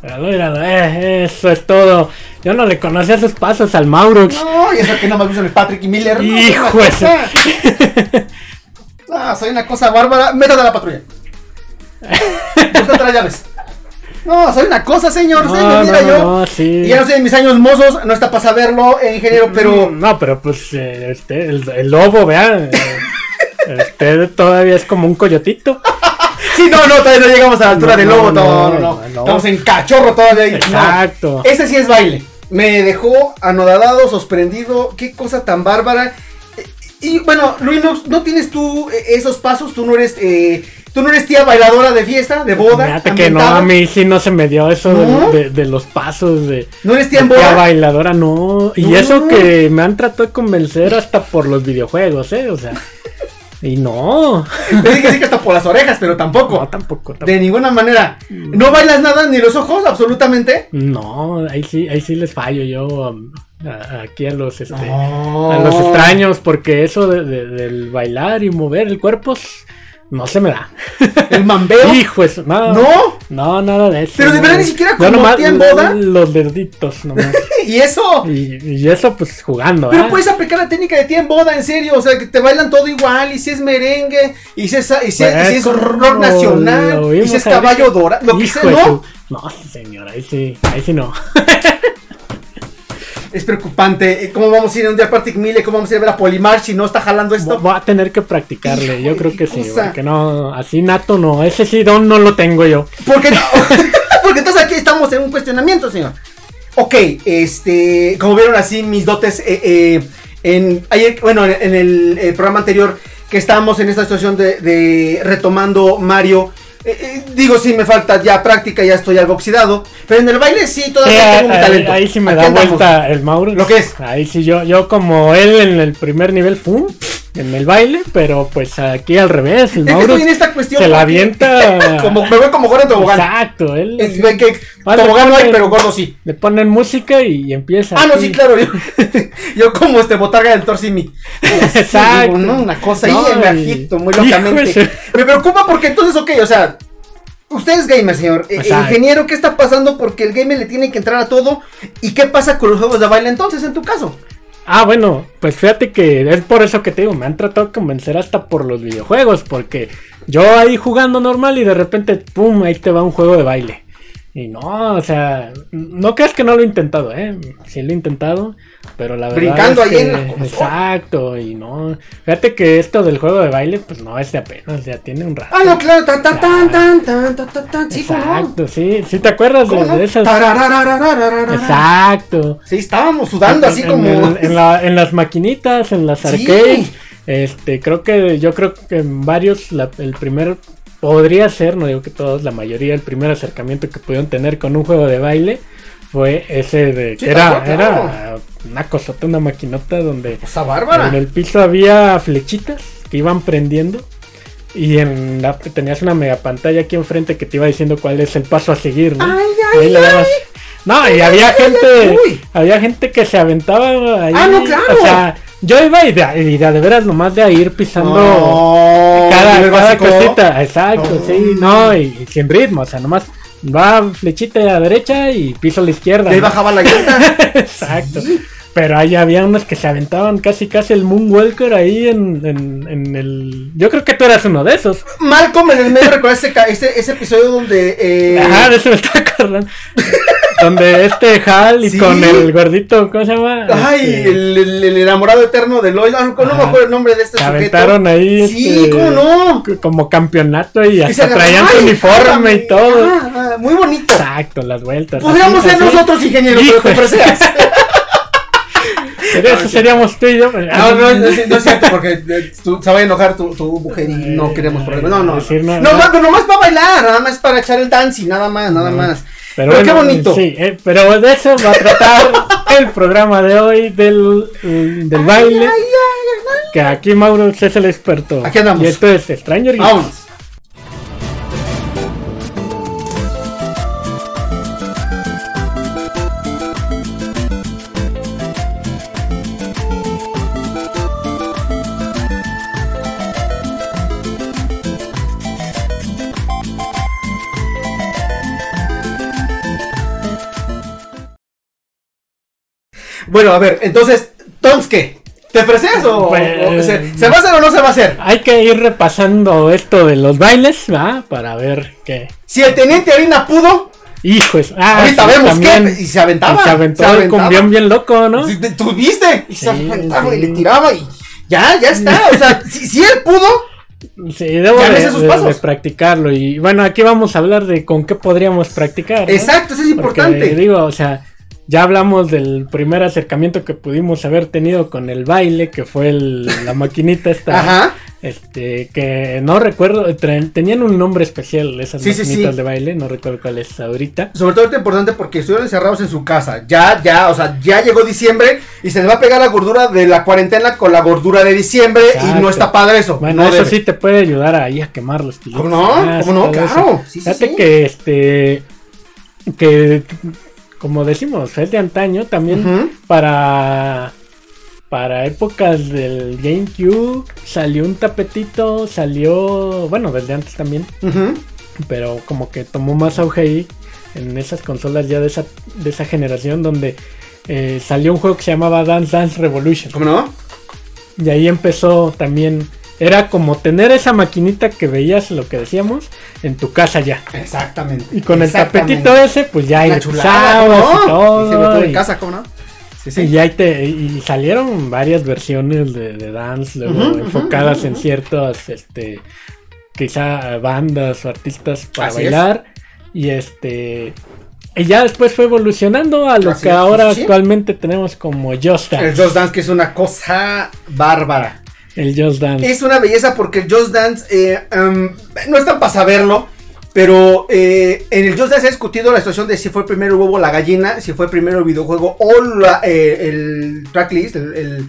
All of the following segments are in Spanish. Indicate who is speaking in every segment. Speaker 1: Pero míralo, eh, eso es todo. Yo no le conocía sus pasos al Mauro.
Speaker 2: No, y eso que no me gusta el Patrick y Miller. No,
Speaker 1: Hijo
Speaker 2: es
Speaker 1: ese.
Speaker 2: una cosa- No, soy una cosa bárbara. Métate a la patrulla. Métate las llaves. No, soy una cosa, señor. señor,
Speaker 1: No,
Speaker 2: mira
Speaker 1: no,
Speaker 2: yo.
Speaker 1: no, sí.
Speaker 2: Y ya no sé, en mis años mozos, no está para saberlo, eh, ingeniero, pero.
Speaker 1: No, pero pues eh, este, el, el lobo, vean. Usted todavía es como un coyotito.
Speaker 2: Sí, no, no, todavía no llegamos a la altura
Speaker 1: No,
Speaker 2: del
Speaker 1: no,
Speaker 2: lobo, no,
Speaker 1: no,
Speaker 2: no, no.
Speaker 1: no.
Speaker 2: Estamos en cachorro todavía. ahí. No.
Speaker 1: Exacto.
Speaker 2: Ese sí es baile. Me dejó anodadado, sorprendido. Qué cosa tan bárbara. Eh, Y bueno, Luis, ¿no, no tienes tú eh, esos pasos? ¿Tú no eres eh, tú no eres tía bailadora de fiesta, de boda?
Speaker 1: Fíjate que no,
Speaker 2: ambientada?
Speaker 1: a mí sí no se me dio eso de-
Speaker 2: ¿No?
Speaker 1: de, de los pasos de.
Speaker 2: ¿No eres tía en
Speaker 1: La
Speaker 2: boda?
Speaker 1: bailadora no. Y
Speaker 2: No.
Speaker 1: eso que me han tratado de convencer hasta por los videojuegos, ¿eh? O sea. Y no.
Speaker 2: Me dije sí que hasta por las orejas, pero
Speaker 1: No,
Speaker 2: tampoco.
Speaker 1: tampoco. tampoco.
Speaker 2: De ninguna manera. No bailas nada, ni los ojos, absolutamente.
Speaker 1: No, ahí sí, ahí sí les fallo yo um, a- aquí a los este,
Speaker 2: No.
Speaker 1: a los extraños, porque eso de- de- del bailar y mover el cuerpo s- no se me da.
Speaker 2: El mambeo.
Speaker 1: Hijo, eso, no, no,
Speaker 2: No.
Speaker 1: nada de eso.
Speaker 2: Pero de
Speaker 1: no.
Speaker 2: verdad ni siquiera
Speaker 1: Yo
Speaker 2: como
Speaker 1: nomás
Speaker 2: tía en boda.
Speaker 1: Los deditos nomás.
Speaker 2: Y eso.
Speaker 1: y, y eso pues jugando,
Speaker 2: Pero
Speaker 1: ¿ah?
Speaker 2: puedes aplicar la técnica de ti en boda, en serio. O sea, que te bailan todo igual. Y si es merengue, y si es, y si es- y si es
Speaker 1: Pues,
Speaker 2: rock
Speaker 1: como
Speaker 2: nacional,
Speaker 1: lo
Speaker 2: y
Speaker 1: vimos
Speaker 2: si es
Speaker 1: ahorita.
Speaker 2: caballo dorado. Lo que
Speaker 1: Hijo
Speaker 2: sea,
Speaker 1: de
Speaker 2: ¿no?
Speaker 1: su- No, señor, ahí sí, ahí sí no.
Speaker 2: Es preocupante. eh, ¿Cómo vamos a ir a un día a Partic Mille? ¿Cómo vamos a ir a ver a Polimar si no está jalando esto?
Speaker 1: Voy a tener que practicarle,
Speaker 2: Hijo
Speaker 1: yo creo
Speaker 2: de
Speaker 1: que sí,
Speaker 2: cosa.
Speaker 1: porque no, así nato no, ese sí don no lo tengo yo.
Speaker 2: Porque, porque entonces aquí estamos en un cuestionamiento, señor. Ok, este, como vieron así mis dotes, eh, eh, en, ayer, bueno, en, en el, eh, programa anterior que estábamos en esta situación de, de retomando Mario, eh, eh, digo, sí, me falta ya práctica, ya estoy algo oxidado, pero en el baile sí,
Speaker 1: Eh,
Speaker 2: todavía tengo mi
Speaker 1: ahí-
Speaker 2: talento.
Speaker 1: Ahí sí me
Speaker 2: Aquí
Speaker 1: da
Speaker 2: andamos.
Speaker 1: vuelta el Mauro.
Speaker 2: ¿Lo que es?
Speaker 1: Ahí sí yo, yo como él en el primer nivel, ¡pum! En el baile, pero pues aquí al revés, el
Speaker 2: Es que
Speaker 1: Mauro
Speaker 2: estoy en esta cuestión.
Speaker 1: se la
Speaker 2: porque-
Speaker 1: avienta.
Speaker 2: como, me voy como gordo en tobogán.
Speaker 1: Exacto, él
Speaker 2: Es- ve que
Speaker 1: Vale,
Speaker 2: tobogán no hay,
Speaker 1: porque-
Speaker 2: pero gordo sí.
Speaker 1: le ponen música y empieza.
Speaker 2: Ah, no,
Speaker 1: así.
Speaker 2: sí, claro. Yo, yo como este botarga del Torsimi.
Speaker 1: Exacto.
Speaker 2: Digo, ¿no? Una cosa ahí
Speaker 1: No,
Speaker 2: en
Speaker 1: y-
Speaker 2: bajito, muy locamente.
Speaker 1: Híjole.
Speaker 2: Me preocupa porque entonces, ok, o sea, usted es gamer, señor. Eh,
Speaker 1: Exacto.
Speaker 2: ingeniero, ¿qué está pasando? Porque el gamer le tiene que entrar a todo. ¿Y qué pasa con los juegos de baile entonces, en tu caso?
Speaker 1: Ah, bueno, pues fíjate que es por eso que te digo, me han tratado de convencer hasta por los videojuegos, porque yo ahí jugando normal y de repente, ¡pum!, ahí te va un juego de baile. Y no, o sea, no creas que no lo he intentado, ¿eh? Sí lo he intentado, pero la verdad...
Speaker 2: Brincando
Speaker 1: es
Speaker 2: ahí en
Speaker 1: que-
Speaker 2: la consola.
Speaker 1: Exacto, y no... Fíjate que esto del juego de baile, pues no es de apenas, ya tiene un rato.
Speaker 2: Ah, no, claro, tan, tan, tan, tan, tan, tan, tan, tan, sí, ¿cómo no?
Speaker 1: Exacto, sí, sí te acuerdas de,
Speaker 2: ¿Cómo no?
Speaker 1: de esas...
Speaker 2: Tararararararara.
Speaker 1: Exacto.
Speaker 2: Sí, estábamos sudando así
Speaker 1: en,
Speaker 2: como...
Speaker 1: el- en la- en las maquinitas, en las
Speaker 2: Sí.
Speaker 1: arcades. Este, creo que yo creo que en varios la- el primer podría ser, no digo que todos, la mayoría el primer acercamiento que pudieron tener con un juego de baile fue ese de
Speaker 2: Sí,
Speaker 1: que era
Speaker 2: claro.
Speaker 1: era una cosota, una maquinota donde
Speaker 2: Cosa bárbara.
Speaker 1: en el piso había flechitas que iban prendiendo y en la, tenías una mega pantalla aquí enfrente que te iba diciendo cuál es el paso a seguir, ¿no?
Speaker 2: Ay,
Speaker 1: Y ahí
Speaker 2: ay,
Speaker 1: le
Speaker 2: ay.
Speaker 1: dabas- No, y había gente,
Speaker 2: uy.
Speaker 1: había gente que se aventaba ahí.
Speaker 2: Ah, no, claro.
Speaker 1: O sea, yo iba y de, y de, de veras nomás de ir pisando
Speaker 2: No,
Speaker 1: cada,
Speaker 2: nivel
Speaker 1: cada
Speaker 2: básico.
Speaker 1: cosita, exacto,
Speaker 2: No.
Speaker 1: sí, no, y, y sin ritmo, o sea, nomás va flechita a la derecha y piso a la izquierda.
Speaker 2: Y ahí
Speaker 1: ¿no?
Speaker 2: bajaba la llanta.
Speaker 1: Exacto. Pero ahí había unos que se aventaban casi casi el Moonwalker ahí en, en, en el... Yo creo que tú eras uno de esos.
Speaker 2: Malcolm en el medio recuerda ese, ca- ese, ese episodio donde eh,
Speaker 1: Ajá, de eso me estaba acordando. Donde este Hal y
Speaker 2: Sí.
Speaker 1: con el gordito, ¿cómo se llama?
Speaker 2: ay,
Speaker 1: Este,
Speaker 2: el, el- el enamorado eterno de Lois, ah, no, no me
Speaker 1: Ajá.
Speaker 2: acuerdo el nombre de este
Speaker 1: se
Speaker 2: sujeto.
Speaker 1: aventaron ahí
Speaker 2: Sí,
Speaker 1: este,
Speaker 2: cómo no.
Speaker 1: c- como campeonato y
Speaker 2: Que
Speaker 1: hasta
Speaker 2: se agarra-
Speaker 1: traían su
Speaker 2: ay,
Speaker 1: uniforme
Speaker 2: ándame,
Speaker 1: y todo.
Speaker 2: ajá, ah, muy bonito.
Speaker 1: Exacto, las vueltas.
Speaker 2: Podríamos
Speaker 1: así,
Speaker 2: ser
Speaker 1: así.
Speaker 2: nosotros ingenieros,
Speaker 1: Hijo.
Speaker 2: pero que ofreceas.
Speaker 1: Pero eso seríamos tú y yo. Ah,
Speaker 2: No, no, no, es- no es cierto, porque eh, tú- se va a enojar tu, tu mujer y no
Speaker 1: Eh,
Speaker 2: queremos problemas.
Speaker 1: eh,
Speaker 2: No, no.
Speaker 1: decir,
Speaker 2: No,
Speaker 1: no,
Speaker 2: no,
Speaker 1: no.
Speaker 2: más- pero nomás para bailar, nada más para echar el dancing, nada más, nada
Speaker 1: No.
Speaker 2: más.
Speaker 1: Pero,
Speaker 2: Pero qué
Speaker 1: bueno,
Speaker 2: bonito.
Speaker 1: Sí, eh, pero de eso va a tratar el programa de hoy del, eh, del baile.
Speaker 2: Ay, ay, ay, ay.
Speaker 1: Que aquí Mauro es el experto.
Speaker 2: Aquí andamos.
Speaker 1: Y esto es Stranger Games.
Speaker 2: Vámonos. Bueno, a ver, entonces, Tons, ¿qué? ¿Te ofreces o,
Speaker 1: Pues-
Speaker 2: o- se, se va a hacer o no se va a hacer?
Speaker 1: Hay que ir repasando esto de los bailes, ¿va? Para ver qué.
Speaker 2: Si el teniente Harina pudo,
Speaker 1: Hijos. Ah,
Speaker 2: ahorita
Speaker 1: sí,
Speaker 2: vemos
Speaker 1: también.
Speaker 2: qué. Y se aventaba.
Speaker 1: Y se aventó
Speaker 2: se
Speaker 1: el
Speaker 2: aventaba.
Speaker 1: cumbión bien loco, ¿no?
Speaker 2: Sí, te- ¿Tú viste? Y se
Speaker 1: Sí,
Speaker 2: aventaba y
Speaker 1: sí.
Speaker 2: le tiraba y ya, ya está. O sea, si, si él pudo,
Speaker 1: Sí, debo
Speaker 2: Ya
Speaker 1: de,
Speaker 2: ves esos
Speaker 1: de-
Speaker 2: pasos.
Speaker 1: de practicarlo. Y bueno, aquí vamos a hablar de con qué podríamos practicar. ¿no?
Speaker 2: exacto, eso es
Speaker 1: Porque,
Speaker 2: importante.
Speaker 1: digo, o sea, ya hablamos del primer acercamiento que pudimos haber tenido con el baile, que fue el- la maquinita esta.
Speaker 2: Ajá.
Speaker 1: Este, que no recuerdo, tre- tenían un nombre especial esas
Speaker 2: Sí, sí,
Speaker 1: maquinitas
Speaker 2: sí.
Speaker 1: de baile, no recuerdo cuál es ahorita.
Speaker 2: Sobre todo ahorita importante porque estuvieron encerrados en su casa. Ya, ya, o sea, ya llegó diciembre y se les va a pegar la gordura de la cuarentena con la gordura de diciembre y
Speaker 1: Exacto.
Speaker 2: no está padre eso.
Speaker 1: Bueno,
Speaker 2: no
Speaker 1: eso
Speaker 2: debe.
Speaker 1: sí te puede ayudar ahí a quemar los pilotos. Ah,
Speaker 2: ¿Cómo no? ¿Cómo no? Claro. Sí, sí,
Speaker 1: Fíjate
Speaker 2: sí.
Speaker 1: que este que como decimos, es de antaño también
Speaker 2: Ujú.
Speaker 1: para para épocas del GameCube salió un tapetito, salió, bueno, desde antes también,
Speaker 2: Ujú.
Speaker 1: pero como que tomó más auge ahí en esas consolas ya de esa de esa generación donde eh, salió un juego que se llamaba Dance Dance Revolution.
Speaker 2: ¿Cómo no?
Speaker 1: Y ahí empezó también. Era como tener esa maquinita que veías lo que decíamos en tu casa ya.
Speaker 2: Exactamente.
Speaker 1: Y con el
Speaker 2: Exactamente.
Speaker 1: tapetito ese, pues ya
Speaker 2: La
Speaker 1: le
Speaker 2: chulada,
Speaker 1: pisabas
Speaker 2: ¿cómo
Speaker 1: y
Speaker 2: no?
Speaker 1: todo,
Speaker 2: Y sobre todo
Speaker 1: y-
Speaker 2: en casa, ¿cómo no? Sí, sí.
Speaker 1: y ahí te- y salieron varias versiones de, de dance, luego
Speaker 2: Ujú, ujú,
Speaker 1: enfocadas
Speaker 2: ujú,
Speaker 1: en
Speaker 2: ujú.
Speaker 1: ciertas, este, quizá bandas o artistas para
Speaker 2: Así es.
Speaker 1: bailar. Y este, y ya después fue evolucionando a lo
Speaker 2: Así
Speaker 1: que
Speaker 2: es, sí,
Speaker 1: ahora
Speaker 2: sí.
Speaker 1: actualmente tenemos como Just Dance.
Speaker 2: El Just Dance, que es una cosa bárbara.
Speaker 1: El Just Dance.
Speaker 2: Es una belleza porque el Just Dance eh, em, no es tan para saberlo, pero eh, en el Just Dance se ha discutido la situación de si fue primero el huevo o la gallina, si fue primero el videojuego o la, eh, el tracklist, el- el-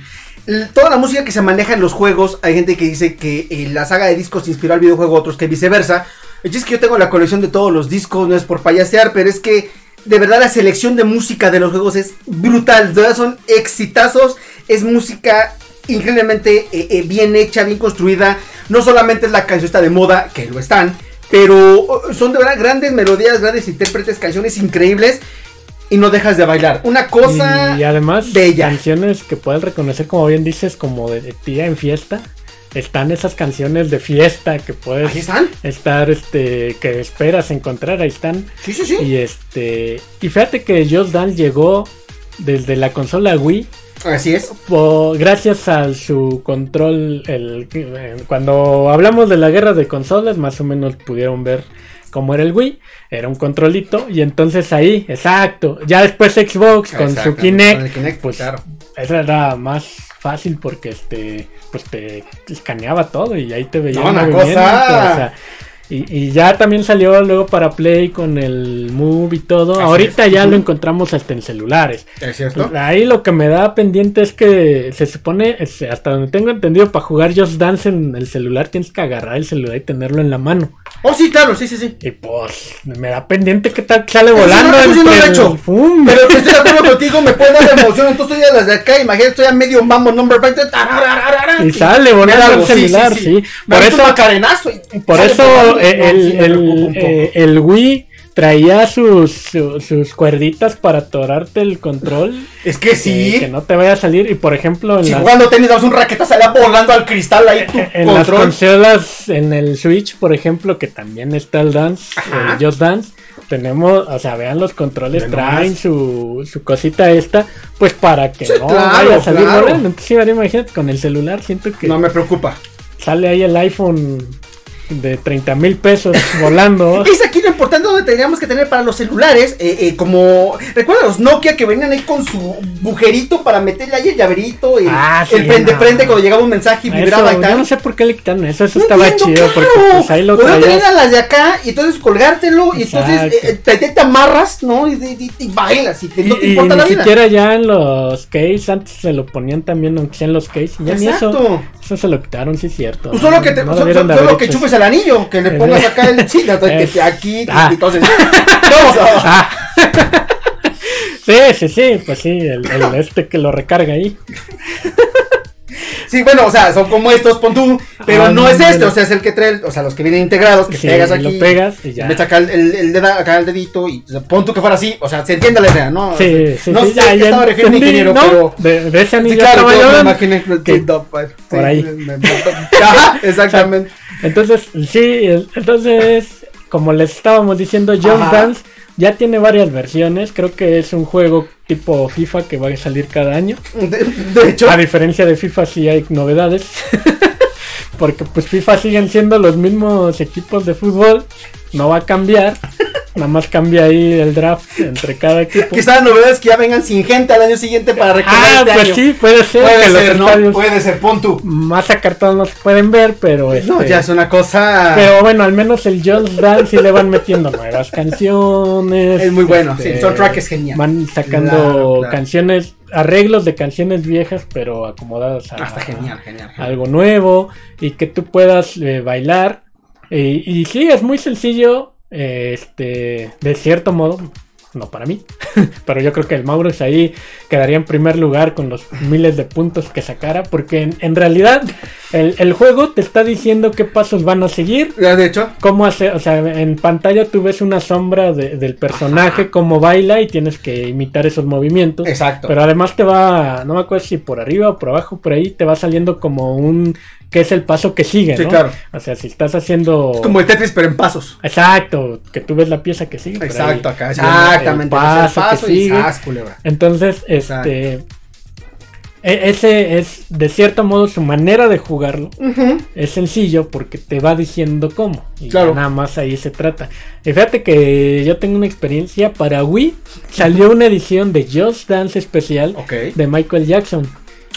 Speaker 2: el- toda la música que se maneja en los juegos. Hay gente que dice que eh, la saga de discos inspiró al videojuego, otros que viceversa. El chiste es que yo tengo la colección de todos los discos, no es por payasear, pero es que de verdad la selección de música de los juegos es brutal. De verdad son exitazos. Es música increíblemente eh, eh, bien hecha, bien construida. No solamente es la cancionista de moda, que lo están, pero eh, son de verdad grandes melodías, grandes intérpretes, canciones increíbles. Y no dejas de bailar. Una cosa.
Speaker 1: y además
Speaker 2: bella.
Speaker 1: canciones que puedes reconocer como bien dices como de, de tía en fiesta están esas canciones de fiesta que puedes
Speaker 2: Aquí están.
Speaker 1: estar este que esperas encontrar ahí están
Speaker 2: Sí, sí, sí.
Speaker 1: y este y fíjate que Just Dance llegó desde la consola Wii
Speaker 2: Así es.
Speaker 1: po- gracias a su control el eh, cuando hablamos de la guerra de consolas más o menos pudieron ver cómo era el Wii era un controlito y entonces ahí exacto ya después Xbox con su
Speaker 2: Exactamente,
Speaker 1: Kinect
Speaker 2: con el Kinect,
Speaker 1: pues,
Speaker 2: claro.
Speaker 1: esa era más fácil porque este pues te escaneaba todo y ahí te veía
Speaker 2: No,
Speaker 1: el
Speaker 2: una
Speaker 1: movimiento,
Speaker 2: cosa.
Speaker 1: o sea, y, y ya también salió luego para Play con el Move y todo.
Speaker 2: Así
Speaker 1: Ahorita
Speaker 2: es.
Speaker 1: ya
Speaker 2: Ujú.
Speaker 1: lo encontramos hasta en celulares. Pues,
Speaker 2: Es cierto.
Speaker 1: Ahí lo que me da pendiente es que se supone, es- hasta donde tengo entendido, para jugar Just Dance en el celular tienes que agarrar el celular y tenerlo en la mano.
Speaker 2: Oh, sí, claro, sí, sí, sí.
Speaker 1: Y pues me da pendiente que tal que sale
Speaker 2: Eso sí no-
Speaker 1: volando.
Speaker 2: eso sí no lo he
Speaker 1: entre el-
Speaker 2: hecho.
Speaker 1: ¡Fum!
Speaker 2: Pero estoy de acuerdo contigo, me puede dar emoción. Entonces estoy a las de acá, imagínate, estoy a medio mambo, number 20. tarararara,
Speaker 1: Y sale volando
Speaker 2: algo,
Speaker 1: el
Speaker 2: sí, sí,
Speaker 1: celular,
Speaker 2: sí.
Speaker 1: sí.
Speaker 2: Me
Speaker 1: Por
Speaker 2: meto
Speaker 1: eso
Speaker 2: un macarenazo y- y
Speaker 1: Por
Speaker 2: sale
Speaker 1: eso
Speaker 2: volando.
Speaker 1: eh,
Speaker 2: No, sí,
Speaker 1: el,
Speaker 2: me preocupa
Speaker 1: el,
Speaker 2: un poco.
Speaker 1: eh, el Wii traía sus, su- sus cuerditas para atorarte el control.
Speaker 2: Es que
Speaker 1: eh, Que, que
Speaker 2: sí.
Speaker 1: no te vaya a salir. Y por ejemplo, en,
Speaker 2: Si
Speaker 1: las,
Speaker 2: jugando tenis damos un raqueta, salía volando al cristal ahí tu
Speaker 1: en las
Speaker 2: control.
Speaker 1: consolas, en el Switch, por ejemplo, que también está el Dance, el Just Dance. Tenemos, o sea, vean los controles,
Speaker 2: Ve nomás.
Speaker 1: traen su, su cosita esta, pues para que
Speaker 2: Sí,
Speaker 1: no
Speaker 2: claro,
Speaker 1: vaya a salir
Speaker 2: claro.
Speaker 1: volando. Entonces, sí, ahora imagínate con el celular, siento que
Speaker 2: No me preocupa.
Speaker 1: sale ahí el iPhone de 30 mil pesos volando.
Speaker 2: Es aquí lo importante donde tendríamos que tener para los celulares, eh, eh, como... ¿Recuerda los Nokia que venían ahí con su bujerito para meterle ahí el llaverito? El,
Speaker 1: Ah, sí,
Speaker 2: el prende,
Speaker 1: no.
Speaker 2: prende cuando llegaba un mensaje y
Speaker 1: Eso,
Speaker 2: vibraba y
Speaker 1: Yo
Speaker 2: tal.
Speaker 1: no sé por qué le quitaron eso, eso
Speaker 2: No
Speaker 1: estaba
Speaker 2: entiendo,
Speaker 1: chido, porque
Speaker 2: claro.
Speaker 1: pues ahí lo
Speaker 2: Podría
Speaker 1: traías.
Speaker 2: tener a las de acá y entonces colgártelo y entonces
Speaker 1: Exacto.
Speaker 2: eh, te, te- te amarras, ¿no? Y, y- y- y bailas y te- no te
Speaker 1: Y, y
Speaker 2: importa
Speaker 1: ni
Speaker 2: la vida.
Speaker 1: siquiera ya en los case, antes se lo ponían también, aunque sea en los case, y ya ni eso,
Speaker 2: Exacto.
Speaker 1: eso se lo quitaron, sí es cierto.
Speaker 2: Tú solo que te,
Speaker 1: No
Speaker 2: so- so-
Speaker 1: debieron de haber
Speaker 2: solo que
Speaker 1: hecho
Speaker 2: chupes el anillo, que le pongas acá el sí, no, que- que aquí
Speaker 1: Ah.
Speaker 2: y entonces. Vamos
Speaker 1: eso.
Speaker 2: a-
Speaker 1: Ah. Sí, sí, sí, pues sí, el, el este que lo recarga ahí.
Speaker 2: Sí, bueno, o sea, son como estos, pon tú, pero
Speaker 1: Ah,
Speaker 2: no,
Speaker 1: no,
Speaker 2: es
Speaker 1: no,
Speaker 2: este,
Speaker 1: no.
Speaker 2: o sea, es el que trae, el- o sea, los que vienen integrados, que
Speaker 1: Sí,
Speaker 2: pegas aquí,
Speaker 1: lo pegas y ya.
Speaker 2: metes acá el, el, el dedo- acá el dedito y o sea, pon tú que fuera así, o sea, se entiende la idea, ¿no?
Speaker 1: Sí, sí,
Speaker 2: no
Speaker 1: sí,
Speaker 2: sé a qué estaba
Speaker 1: entendí,
Speaker 2: refiriendo ingeniero,
Speaker 1: ¿no?
Speaker 2: pero...
Speaker 1: De, de ese
Speaker 2: Sí,
Speaker 1: anillo
Speaker 2: claro,
Speaker 1: estaba
Speaker 2: yo me
Speaker 1: yo.
Speaker 2: imaginé que-
Speaker 1: que-
Speaker 2: Por
Speaker 1: ahí.
Speaker 2: Ajá, exactamente.
Speaker 1: Entonces, sí, el- entonces, como les estábamos diciendo, Jump
Speaker 2: Ajá.
Speaker 1: Dance ya tiene varias versiones. Creo que es un juego tipo FIFA que va a salir cada año.
Speaker 2: De, de hecho,
Speaker 1: A diferencia de FIFA sí hay novedades. Porque pues FIFA siguen siendo los mismos equipos de fútbol. No va a cambiar. Nada más cambia ahí el draft entre cada equipo.
Speaker 2: quizás la novedad es que ya vengan sin gente al año siguiente para recordar
Speaker 1: Ah,
Speaker 2: este
Speaker 1: pues
Speaker 2: año.
Speaker 1: sí, puede ser
Speaker 2: Puede
Speaker 1: que
Speaker 2: ser,
Speaker 1: los
Speaker 2: ¿no?
Speaker 1: estadios
Speaker 2: Puede ser, pon tú.
Speaker 1: más acartados no se pueden ver, pero
Speaker 2: No,
Speaker 1: este,
Speaker 2: ya es una cosa...
Speaker 1: Pero bueno, al menos el Just Dance sí le van metiendo nuevas canciones. este,
Speaker 2: Es muy bueno, sí, el soundtrack es genial.
Speaker 1: Van sacando
Speaker 2: Claro, claro.
Speaker 1: canciones, arreglos de canciones viejas, pero acomodadas a,
Speaker 2: Ah, está genial, genial. genial.
Speaker 1: algo nuevo y que tú puedas eh, bailar. Y, y sí, es muy sencillo, eh, este, de cierto modo, no para mí, pero yo creo que el Maurus ahí quedaría en primer lugar con los miles de puntos que sacara, porque en, en realidad el, el juego te está diciendo qué pasos van a seguir.
Speaker 2: Ya, De hecho,
Speaker 1: Cómo hacer, o sea, en pantalla tú ves una sombra de- del personaje, cómo baila y tienes que imitar esos movimientos.
Speaker 2: exacto.
Speaker 1: Pero además te va, no me acuerdo si por arriba o por abajo, por ahí te va saliendo como un, que es el paso que sigue,
Speaker 2: Sí,
Speaker 1: ¿no?
Speaker 2: claro.
Speaker 1: O sea, si estás haciendo...
Speaker 2: Es como el Tetris, pero en pasos.
Speaker 1: Exacto, que tú ves la pieza que sigue. por
Speaker 2: Exacto,
Speaker 1: ahí.
Speaker 2: acá.
Speaker 1: Viene
Speaker 2: Exactamente.
Speaker 1: El
Speaker 2: es
Speaker 1: paso,
Speaker 2: el paso
Speaker 1: que
Speaker 2: y
Speaker 1: sigue.
Speaker 2: zas, culebra.
Speaker 1: Entonces, este... e- Ese es, de cierto modo, su manera de jugarlo.
Speaker 2: Ujú.
Speaker 1: Es sencillo porque te va diciendo cómo. Y
Speaker 2: Claro.
Speaker 1: nada más ahí se trata. Y fíjate que yo tengo una experiencia. Para Wii salió una edición de Just Dance especial
Speaker 2: Ok.
Speaker 1: de Michael Jackson.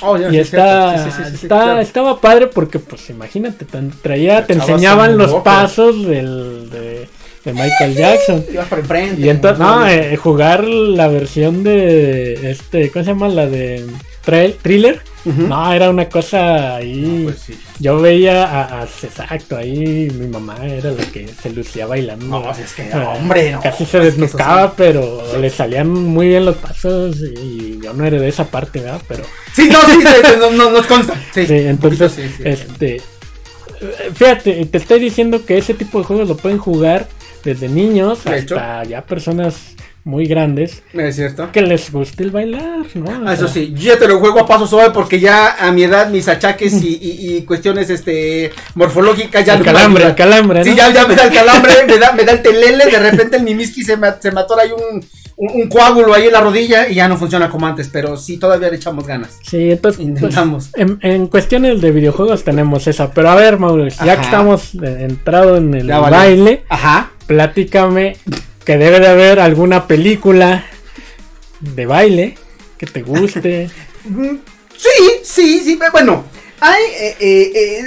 Speaker 2: Oh, ya,
Speaker 1: Y
Speaker 2: sí, es
Speaker 1: está,
Speaker 2: cierto. Sí, sí, sí, sí, sí,
Speaker 1: está-
Speaker 2: claro.
Speaker 1: estaba padre porque, pues, imagínate, te traía, te
Speaker 2: Echabas
Speaker 1: enseñaban
Speaker 2: un
Speaker 1: los
Speaker 2: ojo.
Speaker 1: pasos del, de, de Michael Jackson.
Speaker 2: Ibas por enfrente.
Speaker 1: Y entonces, no, eh, jugar la versión de, este, ¿cómo se llama? La de trail, Thriller.
Speaker 2: Ujú.
Speaker 1: No, era una cosa ahí.
Speaker 2: ¿Mm? Pues sí.
Speaker 1: Yo veía a, a- exacto, ahí mi mamá era la que se lucía bailando.
Speaker 2: No, pues es que,
Speaker 1: Ah,
Speaker 2: hombre, no.
Speaker 1: Casi se
Speaker 2: Es que eso
Speaker 1: desnucaba, pero le salían muy bien los pasos y, y yo no heredé esa parte, ¿verdad? Pero
Speaker 2: Sí, no, sí, sí, sí, no, no, nos consta. Sí,
Speaker 1: Sí,
Speaker 2: un poquito,
Speaker 1: entonces,
Speaker 2: sí, sí.
Speaker 1: este, eh, fíjate, te estoy diciendo que ese tipo de juegos lo pueden jugar desde niños
Speaker 2: De hecho.
Speaker 1: hasta ya personas muy grandes
Speaker 2: Es cierto.
Speaker 1: que les guste el bailar, ¿no? O
Speaker 2: Ah, eso
Speaker 1: sea,
Speaker 2: sí, yo ya te lo juego a paso suave porque ya a mi edad mis achaques y, y- y cuestiones este morfológicas ya
Speaker 1: el
Speaker 2: no me
Speaker 1: calambre,
Speaker 2: ayudan.
Speaker 1: el calambre,
Speaker 2: Sí,
Speaker 1: ¿no?
Speaker 2: ya, ya me da el calambre, me da, me da el telele, de repente el mimiski se me, se me atora ahí un, un- un coágulo ahí en la rodilla y ya no funciona como antes, pero sí, todavía le echamos ganas.
Speaker 1: Sí, entonces, pues,
Speaker 2: Intentamos.
Speaker 1: en, en cuestiones de videojuegos tenemos esa, pero a ver, Mauricio, ya
Speaker 2: Ajá.
Speaker 1: que estamos eh, entrado en el
Speaker 2: Ya valió.
Speaker 1: baile,
Speaker 2: Ajá.
Speaker 1: platícame que debe de haber alguna película de baile que te guste.
Speaker 2: Mm, Sí, sí, sí, pero bueno. Hay, eh, eh, eh,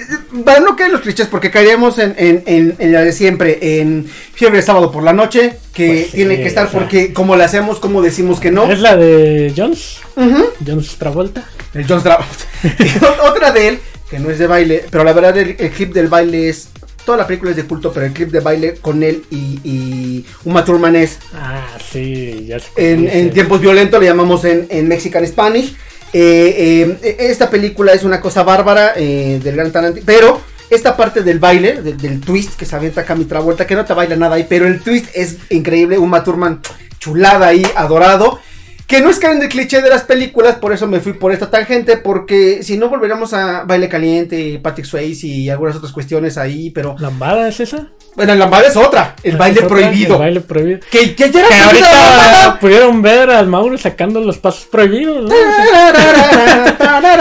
Speaker 2: para no caer en los clichés, porque caeríamos en, en, en, en la de siempre, en fiebre de sábado por la noche, que
Speaker 1: Pues sí,
Speaker 2: tiene que estar
Speaker 1: o sea.
Speaker 2: porque como la hacemos, como decimos que no.
Speaker 1: Es la de Jones,
Speaker 2: Ujú.
Speaker 1: Jones Travolta.
Speaker 2: El John Travolta. Y o- Otra de él, que no es de baile, pero la verdad el, el clip del baile es. Toda la película es de culto, pero el clip de baile con él y, y Uma Thurman es.
Speaker 1: Ah, sí, ya sé. cuál
Speaker 2: En,
Speaker 1: dices.
Speaker 2: en tiempos violentos le llamamos en, en Mexican Spanish. Eh, eh, esta película es una cosa bárbara eh, del gran Tarantino, pero esta parte del baile, de- del twist que se avienta acá mi Travolta, que no te baila nada ahí, pero el twist es increíble. Uma Thurman chulada ahí, adorado. Que no es caer en el cliché de las películas, por eso me fui por esta tangente, porque si no volveríamos a Baile Caliente, Patrick Swayze y algunas otras cuestiones ahí, pero...
Speaker 1: ¿Lambada es esa?
Speaker 2: Bueno, el lambada es otra, el
Speaker 1: Ah, ¿Es
Speaker 2: baile
Speaker 1: otra?
Speaker 2: prohibido.
Speaker 1: El baile prohibido.
Speaker 2: Que, que ya era
Speaker 1: Que
Speaker 2: prohibida la lambada.
Speaker 1: ahorita pudieron ver al Mauro sacando los pasos prohibidos, ¿no?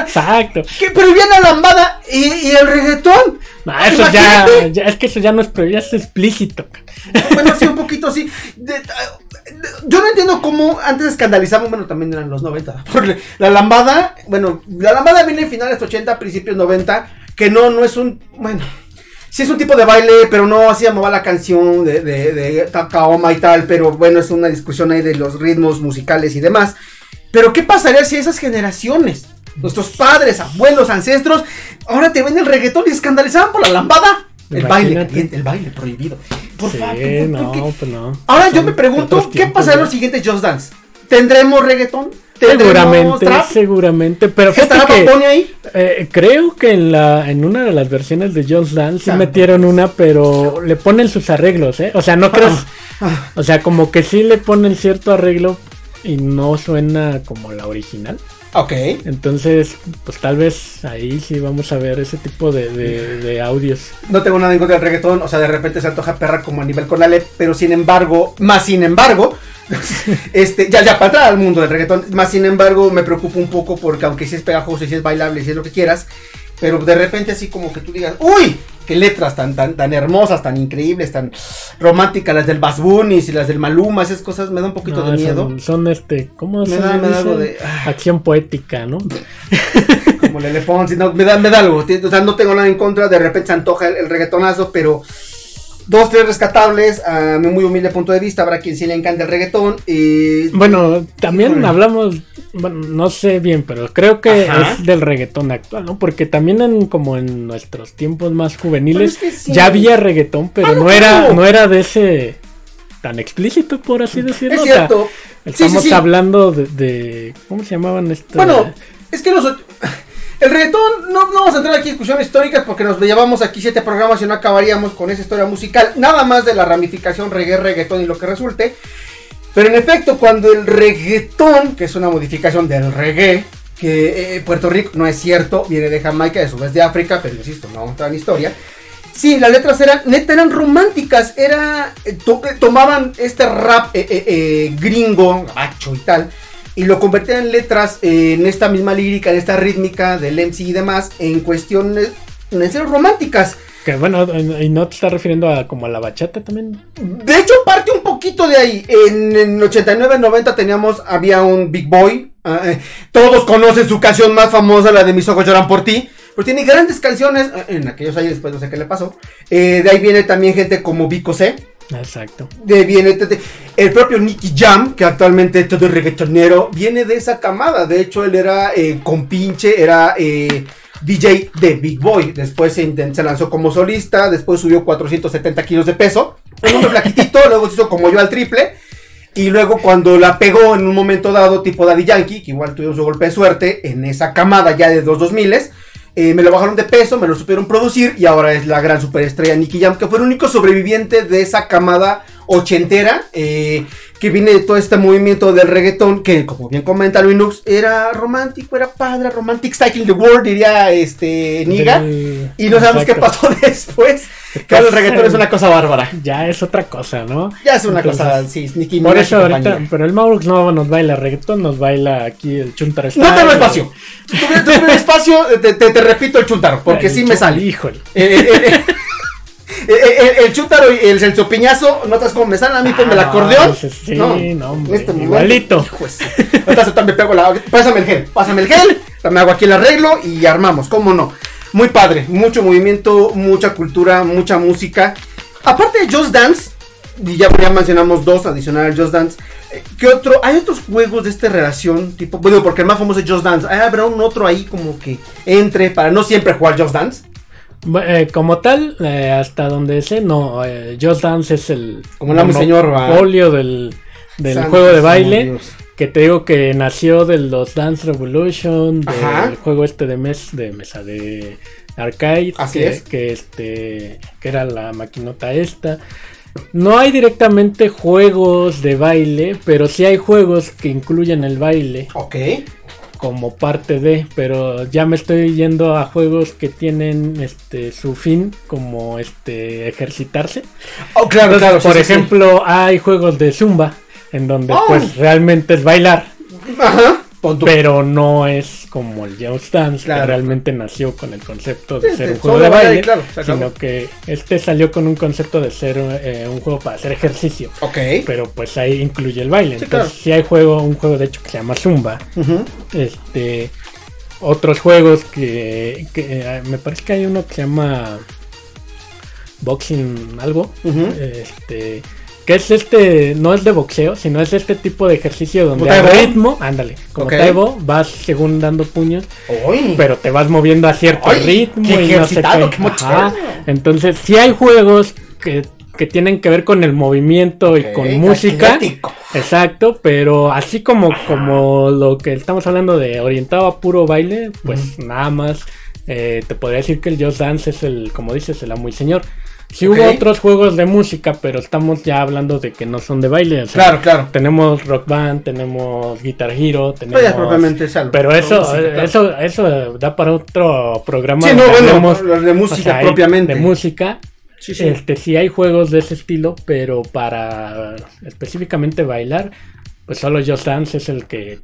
Speaker 1: Exacto.
Speaker 2: que prohibían la lambada y, y el reggaetón.
Speaker 1: No, eso ya,
Speaker 2: Imagínate.
Speaker 1: ya- es que eso ya no es prohibido, es explícito.
Speaker 2: Bueno, sí, un poquito así. De- de- yo no entiendo cómo antes escandalizaban, bueno, también eran los 90. porque la lambada, bueno, la lambada viene en finales 80, principios 90, que no, no es un, bueno, sí es un tipo de baile, pero no así llamaba la canción de, de, de Takaoma y tal, pero bueno, es una discusión ahí de los ritmos musicales y demás. Pero ¿qué pasaría si esas generaciones, nuestros padres, abuelos, ancestros, ahora te ven el reggaetón y escandalizaban por la lambada? El baile,
Speaker 1: Imagínate.
Speaker 2: caliente, el baile prohibido. Por
Speaker 1: sí,
Speaker 2: favor, ¿por
Speaker 1: no,
Speaker 2: qué?
Speaker 1: pues no.
Speaker 2: Ahora yo
Speaker 1: Son
Speaker 2: me pregunto,
Speaker 1: otros
Speaker 2: ¿qué
Speaker 1: tiempos,
Speaker 2: pasará en
Speaker 1: ¿no?
Speaker 2: los siguientes Just Dance? ¿Tendremos reggaetón? ¿Tendremos
Speaker 1: Seguramente,
Speaker 2: trap?
Speaker 1: seguramente. Pero
Speaker 2: ¿Estará
Speaker 1: fíjate
Speaker 2: Bad Bunny
Speaker 1: que,
Speaker 2: ahí?
Speaker 1: eh, creo que en la en una de las versiones de Just Dance sí
Speaker 2: Ah.
Speaker 1: metieron una, pero le ponen sus arreglos, ¿eh? O sea, no crees.
Speaker 2: Ah.
Speaker 1: O sea, como que sí le ponen cierto arreglo y no suena como la original.
Speaker 2: Ok.
Speaker 1: Entonces, pues tal vez ahí sí vamos a ver ese tipo de, de- de audios.
Speaker 2: No tengo nada en contra del reggaetón, o sea, de repente se antoja perra como a nivel con Ale, pero sin embargo, más sin embargo, este, ya, ya para entrar al mundo del reggaetón, más sin embargo, me preocupa un poco porque aunque sí es pegajoso y sí es bailable y sí es lo que quieras, pero de repente así como que tú digas, uy, qué letras tan, tan, tan hermosas, tan increíbles, tan románticas, las del Bad Bunny y las del Maluma, esas cosas me da un poquito
Speaker 1: No,
Speaker 2: de
Speaker 1: son-
Speaker 2: miedo.
Speaker 1: Son, este, ¿cómo
Speaker 2: Me
Speaker 1: se
Speaker 2: da-
Speaker 1: le
Speaker 2: me da algo
Speaker 1: dice?
Speaker 2: de- ah.
Speaker 1: Acción poética, ¿no?
Speaker 2: como le Ponzi, no, me da, me da algo, ti- o sea, no tengo nada en contra, de repente se antoja el, el reggaetonazo, pero dos, tres rescatables, a mi muy humilde punto de vista, habrá quien sí le encanta el reggaetón, eh, y...
Speaker 1: Bueno, también
Speaker 2: Híjole.
Speaker 1: hablamos, bueno, no sé bien, pero creo que
Speaker 2: Ajá.
Speaker 1: es del reggaetón actual, ¿no? Porque también en como en nuestros tiempos más juveniles
Speaker 2: Pero es que sí.
Speaker 1: ya había reggaetón, pero
Speaker 2: Ah, no,
Speaker 1: no era
Speaker 2: claro.
Speaker 1: no era de ese tan explícito, por así decirlo.
Speaker 2: es
Speaker 1: o sea,
Speaker 2: cierto, Sí, sí,
Speaker 1: estamos
Speaker 2: sí.
Speaker 1: hablando de, de- ¿cómo se llamaban este? estos?
Speaker 2: bueno, es que nosotros... El reggaetón, no, no vamos a entrar aquí en discusiones históricas porque nos llevamos aquí siete programas y no acabaríamos con esa historia musical, nada más de la ramificación reggae, reggaetón y lo que resulte. Pero en efecto, cuando el reggaetón, que es una modificación del reggae, que eh, Puerto Rico no es cierto, viene de Jamaica, de su vez de África, pero insisto, no vamos a entrar en historia. Sí, las letras eran, neta, eran románticas, era, eh, to- eh, tomaban este rap eh, eh, eh, gringo, gabacho y tal, y lo convertían en letras, eh, en esta misma lírica, en esta rítmica del MC y demás, en cuestiones, en serio, románticas.
Speaker 1: Que bueno, y no te estás refiriendo a como a la bachata también.
Speaker 2: De hecho, parte un poquito de ahí. En, en 89-90 teníamos, había un Big Boy. ah, eh, todos conocen su canción más famosa, la de Mis ojos lloran por ti. Pero tiene grandes canciones. eh, En aquellos años después, no sé qué le pasó. Eh, de ahí viene también gente como Vico C.
Speaker 1: Exacto.
Speaker 2: De viene te- te- el propio Nicky Jam, que actualmente todo el reggaetonero, viene de esa camada. De hecho, él era eh, compinche, era eh, DJ de Big Boy. Después se, inten- se lanzó como solista, después subió 470 kilos de peso. Un hombre flaquitito, luego se hizo como yo al triple. Y luego cuando la pegó en un momento dado, tipo Daddy Yankee, que igual tuvieron su golpe de suerte en esa camada ya de los 2000 eh, me lo bajaron de peso, me lo supieron producir y ahora es la gran superestrella Nicky Jam, que fue el único sobreviviente de esa camada ochentera eh, que viene de todo este movimiento del reggaetón, que como bien comenta Linux, era romántico, era padre, romantic cycling the world, diría este Niga.
Speaker 1: Del-
Speaker 2: Y no sabemos qué
Speaker 1: Exacto.
Speaker 2: pasó después. Que ahora el reggaetón es una cosa bárbara.
Speaker 1: Ya es otra cosa, ¿no?
Speaker 2: Ya es una
Speaker 1: Entonces,
Speaker 2: cosa, sí, Nicki
Speaker 1: Por
Speaker 2: Minaj y
Speaker 1: eso ahorita,
Speaker 2: compañía.
Speaker 1: pero el Maurux no nos baila reggaetón, nos baila aquí el Chuntar
Speaker 2: No
Speaker 1: Style.
Speaker 2: tengo espacio. Si tuviera, tuviera espacio, te, te- te repito el chuntar, porque
Speaker 1: El
Speaker 2: sí me
Speaker 1: chun-
Speaker 2: sale.
Speaker 1: Híjole.
Speaker 2: Eh, eh, eh, eh, eh, el, chútaro y el selzopiñazo, notas como me salen a mí con el
Speaker 1: Ah,
Speaker 2: acordeón.
Speaker 1: ese sí, no, hombre,
Speaker 2: momento,
Speaker 1: igualito.
Speaker 2: hijo de su- Ahorita yo también pego la. Pásame el gel, pásame el gel. Me hago aquí el arreglo y armamos, cómo no. Muy padre, mucho movimiento, mucha cultura, mucha música. Aparte de Just Dance, y ya, ya mencionamos dos adicionales al Just Dance. eh, ¿Qué otro? ¿Hay otros juegos de esta relación? Tipo, bueno, porque el más famoso es Just Dance. ¿Ah, ¿Habrá un otro ahí como que entre para no siempre jugar Just Dance?
Speaker 1: Bu- eh, como tal, eh, hasta donde sé, no. eh, Just Dance es el
Speaker 2: Como la mi señor, va.
Speaker 1: monopolio del, del
Speaker 2: Santo
Speaker 1: juego de
Speaker 2: Señor
Speaker 1: baile.
Speaker 2: Dios.
Speaker 1: Que te digo que nació de los Dance Revolution, del
Speaker 2: Ajá.
Speaker 1: juego este de mes, de mesa de arcade,
Speaker 2: Así
Speaker 1: que,
Speaker 2: es.
Speaker 1: que este que era la maquinota esta. No hay directamente juegos de baile, pero sí hay juegos que incluyen el baile
Speaker 2: Ok.
Speaker 1: como parte de, pero ya me estoy yendo a juegos que tienen este su fin como este ejercitarse.
Speaker 2: Oh, claro, claro. sí,
Speaker 1: Por
Speaker 2: sí, sí.
Speaker 1: ejemplo, hay juegos de zumba en donde
Speaker 2: Oh.
Speaker 1: pues realmente es bailar.
Speaker 2: Ajá. Pon tu-
Speaker 1: Pero no es como el Just Dance,
Speaker 2: Claro.
Speaker 1: que realmente nació con el concepto de
Speaker 2: Sí,
Speaker 1: ser
Speaker 2: sí,
Speaker 1: un juego
Speaker 2: solo
Speaker 1: de
Speaker 2: bailar y
Speaker 1: baile,
Speaker 2: claro, se acabó.
Speaker 1: sino que este salió con un concepto de ser eh, un juego para hacer ejercicio.
Speaker 2: Ok.
Speaker 1: Pero pues ahí incluye el baile.
Speaker 2: Sí,
Speaker 1: Entonces,
Speaker 2: claro.
Speaker 1: si hay juego, un juego de hecho que se llama Zumba.
Speaker 2: Ujú.
Speaker 1: Este, otros juegos que, que, eh, me parece que hay uno que se llama Boxing algo.
Speaker 2: Ujú.
Speaker 1: Este, que es este, no es de boxeo, sino es este tipo de ejercicio donde
Speaker 2: ¿Como
Speaker 1: al
Speaker 2: Taibo?
Speaker 1: ritmo, ándale, como
Speaker 2: Ok.
Speaker 1: Taibo, vas según dando puños,
Speaker 2: Uy.
Speaker 1: pero te vas moviendo a cierto
Speaker 2: Ay,
Speaker 1: ritmo
Speaker 2: qué
Speaker 1: y no sé
Speaker 2: ejercitado,
Speaker 1: qué.
Speaker 2: qué
Speaker 1: Ajá.
Speaker 2: moderno.
Speaker 1: Entonces, si hay juegos que que tienen que ver con el movimiento y
Speaker 2: Ok,
Speaker 1: con música.
Speaker 2: kinético.
Speaker 1: Exacto, pero así como, como lo que estamos hablando de orientado a puro baile, pues nada más eh, te podría decir que el Just Dance es el, como dices, el amo y señor. Sí
Speaker 2: Ok.
Speaker 1: hubo otros juegos de música, pero estamos ya hablando de que no son de baile. o sea,
Speaker 2: Claro, claro.
Speaker 1: Tenemos Rock Band, tenemos Guitar Hero, tenemos...
Speaker 2: Pues ya propiamente es algo.
Speaker 1: Pero eso,
Speaker 2: Sí, claro.
Speaker 1: eso, eso da para otro programa.
Speaker 2: Sí, no,
Speaker 1: donde
Speaker 2: bueno,
Speaker 1: hablemos,
Speaker 2: lo de
Speaker 1: o
Speaker 2: música
Speaker 1: sea, hay-
Speaker 2: propiamente.
Speaker 1: De música.
Speaker 2: Sí, sí.
Speaker 1: Este, sí hay juegos de ese estilo, pero para específicamente bailar, pues solo Just Dance es el que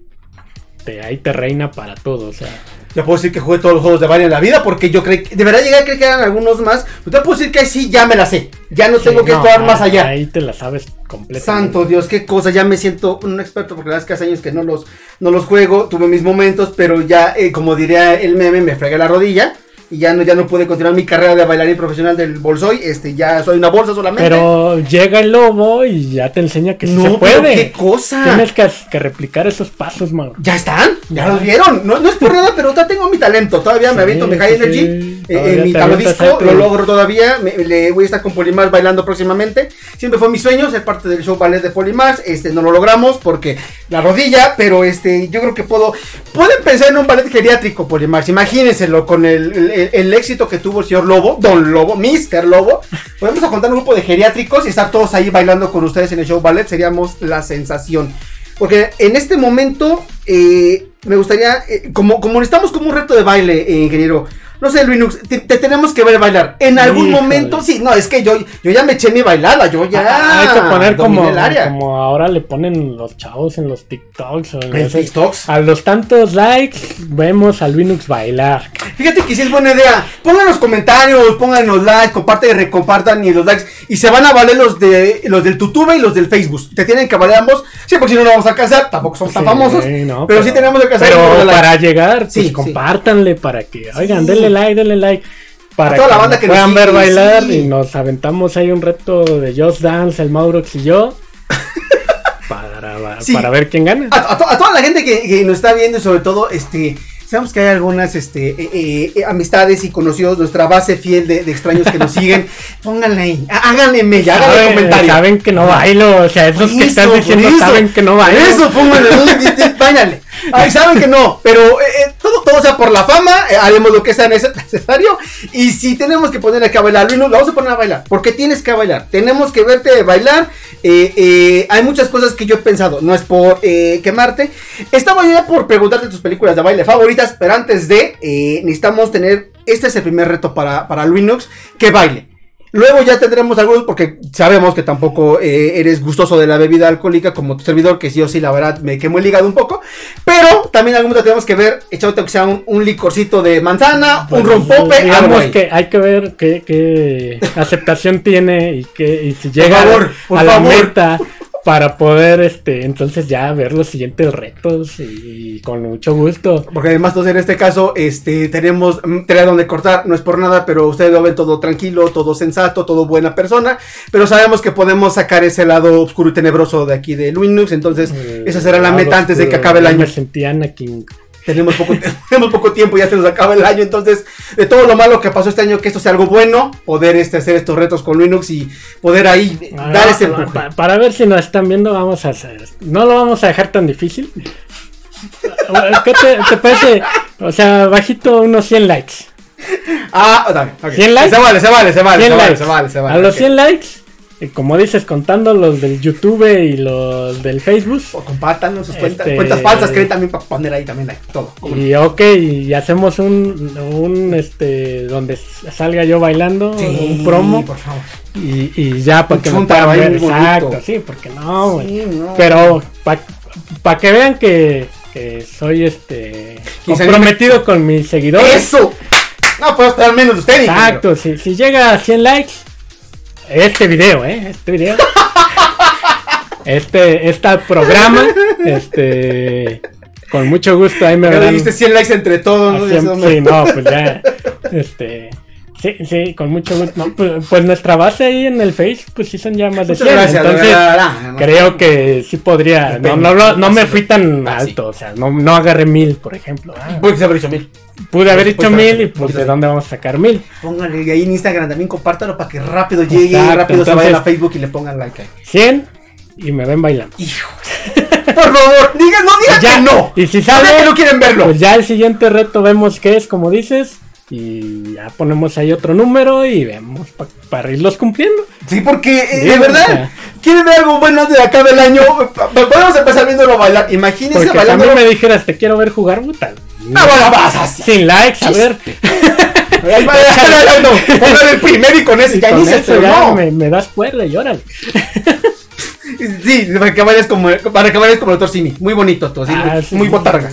Speaker 1: te, ahí te reina para todo. O sea,
Speaker 2: Ya puedo decir que jugué todos los juegos de baile en la vida porque yo creí que, de verdad llegué a creer que eran algunos más. Pero te puedo decir que sí, ya me la sé. Ya no tengo
Speaker 1: sí,
Speaker 2: que
Speaker 1: no,
Speaker 2: estudiar más
Speaker 1: ahí-
Speaker 2: allá.
Speaker 1: Ahí te la sabes completamente.
Speaker 2: Santo Dios, qué cosa, ya me siento un experto porque la verdad es que hace años que no los, no los juego, tuve mis momentos, pero ya, eh, como diría el meme, me fregué la rodilla y ya no, ya no pude continuar mi carrera de bailarín profesional del bolsoy, este, ya soy una bolsa solamente.
Speaker 1: Pero llega el lobo y ya te enseña que sí
Speaker 2: no,
Speaker 1: se
Speaker 2: pero
Speaker 1: puede.
Speaker 2: qué cosa.
Speaker 1: Tienes que, que replicar esos pasos, Mauro.
Speaker 2: ¿Ya están? ¿Ya
Speaker 1: Ya.
Speaker 2: los vieron? No, no es por nada, pero todavía tengo mi talento. Todavía
Speaker 1: Sí,
Speaker 2: me aviento, me
Speaker 1: sí,
Speaker 2: high energy.
Speaker 1: sí.
Speaker 2: eh,
Speaker 1: Todavía
Speaker 2: eh, mi
Speaker 1: te avientas
Speaker 2: talodisco,
Speaker 1: ahí,
Speaker 2: lo
Speaker 1: pero-
Speaker 2: logro todavía. me- le voy a estar con Polimars bailando próximamente. Siempre fue mi sueño ser parte del show ballet de Polimars. Este, no lo logramos porque la rodilla, pero este, yo creo que puedo. Pueden pensar en un ballet geriátrico, Polimars. Imagínenselo con el, el- el- el éxito que tuvo el señor Lobo, Don Lobo, Mr. Lobo. Podemos a contar un grupo de geriátricos y estar todos ahí bailando con ustedes en el show ballet. Seríamos la sensación. Porque en este momento eh, me gustaría, eh, como, como necesitamos como un reto de baile, eh, ingeniero. No sé, Luinux, te, te tenemos que ver bailar. En algún
Speaker 1: Híjole.
Speaker 2: momento, sí, no, es que yo, yo ya me eché mi bailada, yo ya.
Speaker 1: Ah, hay que poner
Speaker 2: dominé
Speaker 1: como,
Speaker 2: el área.
Speaker 1: como ahora le ponen los chavos en los TikToks. o en
Speaker 2: En
Speaker 1: esos-
Speaker 2: TikToks.
Speaker 1: A los tantos likes vemos a Linux bailar.
Speaker 2: Fíjate que sí es buena idea. Pongan los comentarios, pongan los likes, compartan y recompartan y los likes. Y se van a valer los de los del Tutube y los del Facebook. Te tienen que valer ambos. Sí, porque si no, no vamos a alcanzar. Tampoco somos tan
Speaker 1: Sí,
Speaker 2: famosos.
Speaker 1: no,
Speaker 2: pero, sí tenemos que alcanzar. el número
Speaker 1: Pero
Speaker 2: de likes.
Speaker 1: para llegar, pues
Speaker 2: Sí, sí.
Speaker 1: compártanle para que, oigan,
Speaker 2: Sí.
Speaker 1: denle like, denle like. Para
Speaker 2: A toda
Speaker 1: que
Speaker 2: la banda
Speaker 1: nos
Speaker 2: que nos
Speaker 1: puedan
Speaker 2: sigue,
Speaker 1: ver bailar
Speaker 2: sí.
Speaker 1: y nos aventamos ahí un reto de Just Dance, el Maurox y yo. para,
Speaker 2: Sí. Ah,
Speaker 1: para ver quién gana.
Speaker 2: a, a to- a toda la gente que, que nos está viendo y sobre todo, este, sabemos que hay algunas este, eh, eh, eh, amistades y conocidos, nuestra base fiel de, de extraños que nos siguen, pónganle ahí, há- háganle mella, háganle
Speaker 1: Saben,
Speaker 2: comentario.
Speaker 1: saben que no bailo, o sea, esos
Speaker 2: Por
Speaker 1: que están
Speaker 2: eso,
Speaker 1: diciendo
Speaker 2: por eso,
Speaker 1: saben que no
Speaker 2: por
Speaker 1: bailo.
Speaker 2: Eso, pónganle, váyanle. Ay, saben que no, pero eh, eh, todo, todo sea por la fama, eh, haremos lo que sea nece- necesario. Y si tenemos que ponerle que a bailar, Luis, lo vamos a poner a bailar. Porque tienes que bailar, tenemos que verte bailar. eh, eh, hay muchas cosas que yo he pensado, no es por eh, quemarte. Estaba yo ya por preguntarte tus películas de baile favoritas, pero antes de, eh, necesitamos tener. Este es el primer reto para, para Luinox, que baile. Luego ya tendremos algunos, porque sabemos que tampoco eh, eres gustoso de la bebida alcohólica como tu servidor, que sí o sí, la verdad, me quemó el hígado un poco. Pero también algún momento tenemos que ver, echándote que sea un, un licorcito de manzana, un
Speaker 1: Pues,
Speaker 2: rompope, algo
Speaker 1: digamos
Speaker 2: ahí.
Speaker 1: que hay que ver qué, qué aceptación tiene y que y si llega
Speaker 2: favor, por
Speaker 1: a la
Speaker 2: favor.
Speaker 1: meta para poder este entonces ya ver los siguientes retos y, y con mucho gusto.
Speaker 2: Porque además, entonces, en este caso, este, tenemos mm, tela donde cortar, no es por nada, pero ustedes lo ven todo tranquilo, todo sensato, todo buena persona, pero sabemos que podemos sacar ese lado oscuro y tenebroso de aquí de Linux, entonces, esa será la
Speaker 1: Eh,
Speaker 2: meta
Speaker 1: ah,
Speaker 2: antes de que
Speaker 1: oscuro,
Speaker 2: acabe el
Speaker 1: ya
Speaker 2: año.
Speaker 1: Me sentí Anakin.
Speaker 2: Tenemos poco, tenemos poco tiempo, ya se nos acaba el año, entonces de todo lo malo que pasó este año, que esto sea algo bueno, poder este, hacer estos retos con Linux y poder ahí dar
Speaker 1: Ah,
Speaker 2: ese
Speaker 1: pa-
Speaker 2: empuje.
Speaker 1: pa- para ver si nos están viendo vamos a hacer. No lo vamos a dejar tan difícil. ¿Qué te, te parece? O sea, bajito unos 100 likes.
Speaker 2: Ah, dame, ok.
Speaker 1: 100 likes.
Speaker 2: Se vale, se vale, se vale,
Speaker 1: 100
Speaker 2: se vale,
Speaker 1: likes.
Speaker 2: se vale, se vale,
Speaker 1: A los
Speaker 2: ok.
Speaker 1: 100 likes, eh, como dices, contando los del YouTube y los del Facebook.
Speaker 2: O Pues, compártanos sus cuentas,
Speaker 1: Este-
Speaker 2: cuentas falsas que hay también para poner ahí también like, todo. ¿cómo no?
Speaker 1: Y ok, y hacemos un, un este, donde s- salga yo bailando, un promo,
Speaker 2: por favor.
Speaker 1: y, y ya para
Speaker 2: Un
Speaker 1: que me
Speaker 2: frontal
Speaker 1: puedan
Speaker 2: ahí
Speaker 1: ver.
Speaker 2: muy
Speaker 1: Exacto,
Speaker 2: bonito.
Speaker 1: sí, porque no, güey.
Speaker 2: Sí, no.
Speaker 1: Pero para que vean que, que soy este
Speaker 2: Quinceañero.
Speaker 1: comprometido con mis seguidores.
Speaker 2: ¡Eso! No puedo esperar menos de ustedes.
Speaker 1: Exacto, si, si llega a 100 likes, este video, ¿eh? Este video. Este, este programa, este, con mucho gusto ahí me
Speaker 2: Pero le
Speaker 1: verán.
Speaker 2: diste 100 likes entre todos. ¿no?
Speaker 1: a
Speaker 2: Eso
Speaker 1: 100,
Speaker 2: me-
Speaker 1: sí, no, pues ya, este, sí, sí, con mucho gusto. No, pues, pues nuestra base ahí en el Face, pues sí son ya más de
Speaker 2: Muchas
Speaker 1: 100,
Speaker 2: gracias. la
Speaker 1: entonces
Speaker 2: verdad, Ah, no, no.
Speaker 1: creo que sí podría, no, no, lo- no me fui tan
Speaker 2: Ah, sí.
Speaker 1: alto, o sea, no, no agarré mil, por ejemplo. ah,
Speaker 2: Porque se habrá hecho mil.
Speaker 1: pude haber hecho mil y pues de dónde vamos a sacar mil.
Speaker 2: Póngale y ahí en Instagram también, compártalo para que rápido llegue,
Speaker 1: Exacto,
Speaker 2: rápido se vayan
Speaker 1: entonces-
Speaker 2: a Facebook y le pongan like ahí.
Speaker 1: 100 y me ven bailando.
Speaker 2: Hijo. Por favor, digan, no digan
Speaker 1: Ya.
Speaker 2: que no.
Speaker 1: Y si
Speaker 2: Saben
Speaker 1: sale,
Speaker 2: que no quieren verlo.
Speaker 1: pues ya el siguiente reto vemos qué es, como dices. Y ya ponemos ahí otro número y vemos pa- para irlos cumpliendo.
Speaker 2: Sí, porque eh,
Speaker 1: Sí,
Speaker 2: de
Speaker 1: o
Speaker 2: verdad,
Speaker 1: sea.
Speaker 2: quieren ver algo bueno antes de que acabe el año. Vamos a empezar viéndolo bailar. Imagínense
Speaker 1: Porque si a mí
Speaker 2: bailando.
Speaker 1: me dijeras, te quiero ver jugar, puta.
Speaker 2: No, bueno, vas así.
Speaker 1: Sin likes, a ver.
Speaker 2: Ahí va, ahí va bailando. Pongan el primero y con ese. Ya
Speaker 1: Con
Speaker 2: ni se
Speaker 1: eso ya
Speaker 2: estrenó.
Speaker 1: me, me das cuerda y órale.
Speaker 2: Sí, para que bailes como, para que bailes como el doctor Simi. Muy bonito tú, así,
Speaker 1: Ah,
Speaker 2: muy,
Speaker 1: sí.
Speaker 2: muy botarga.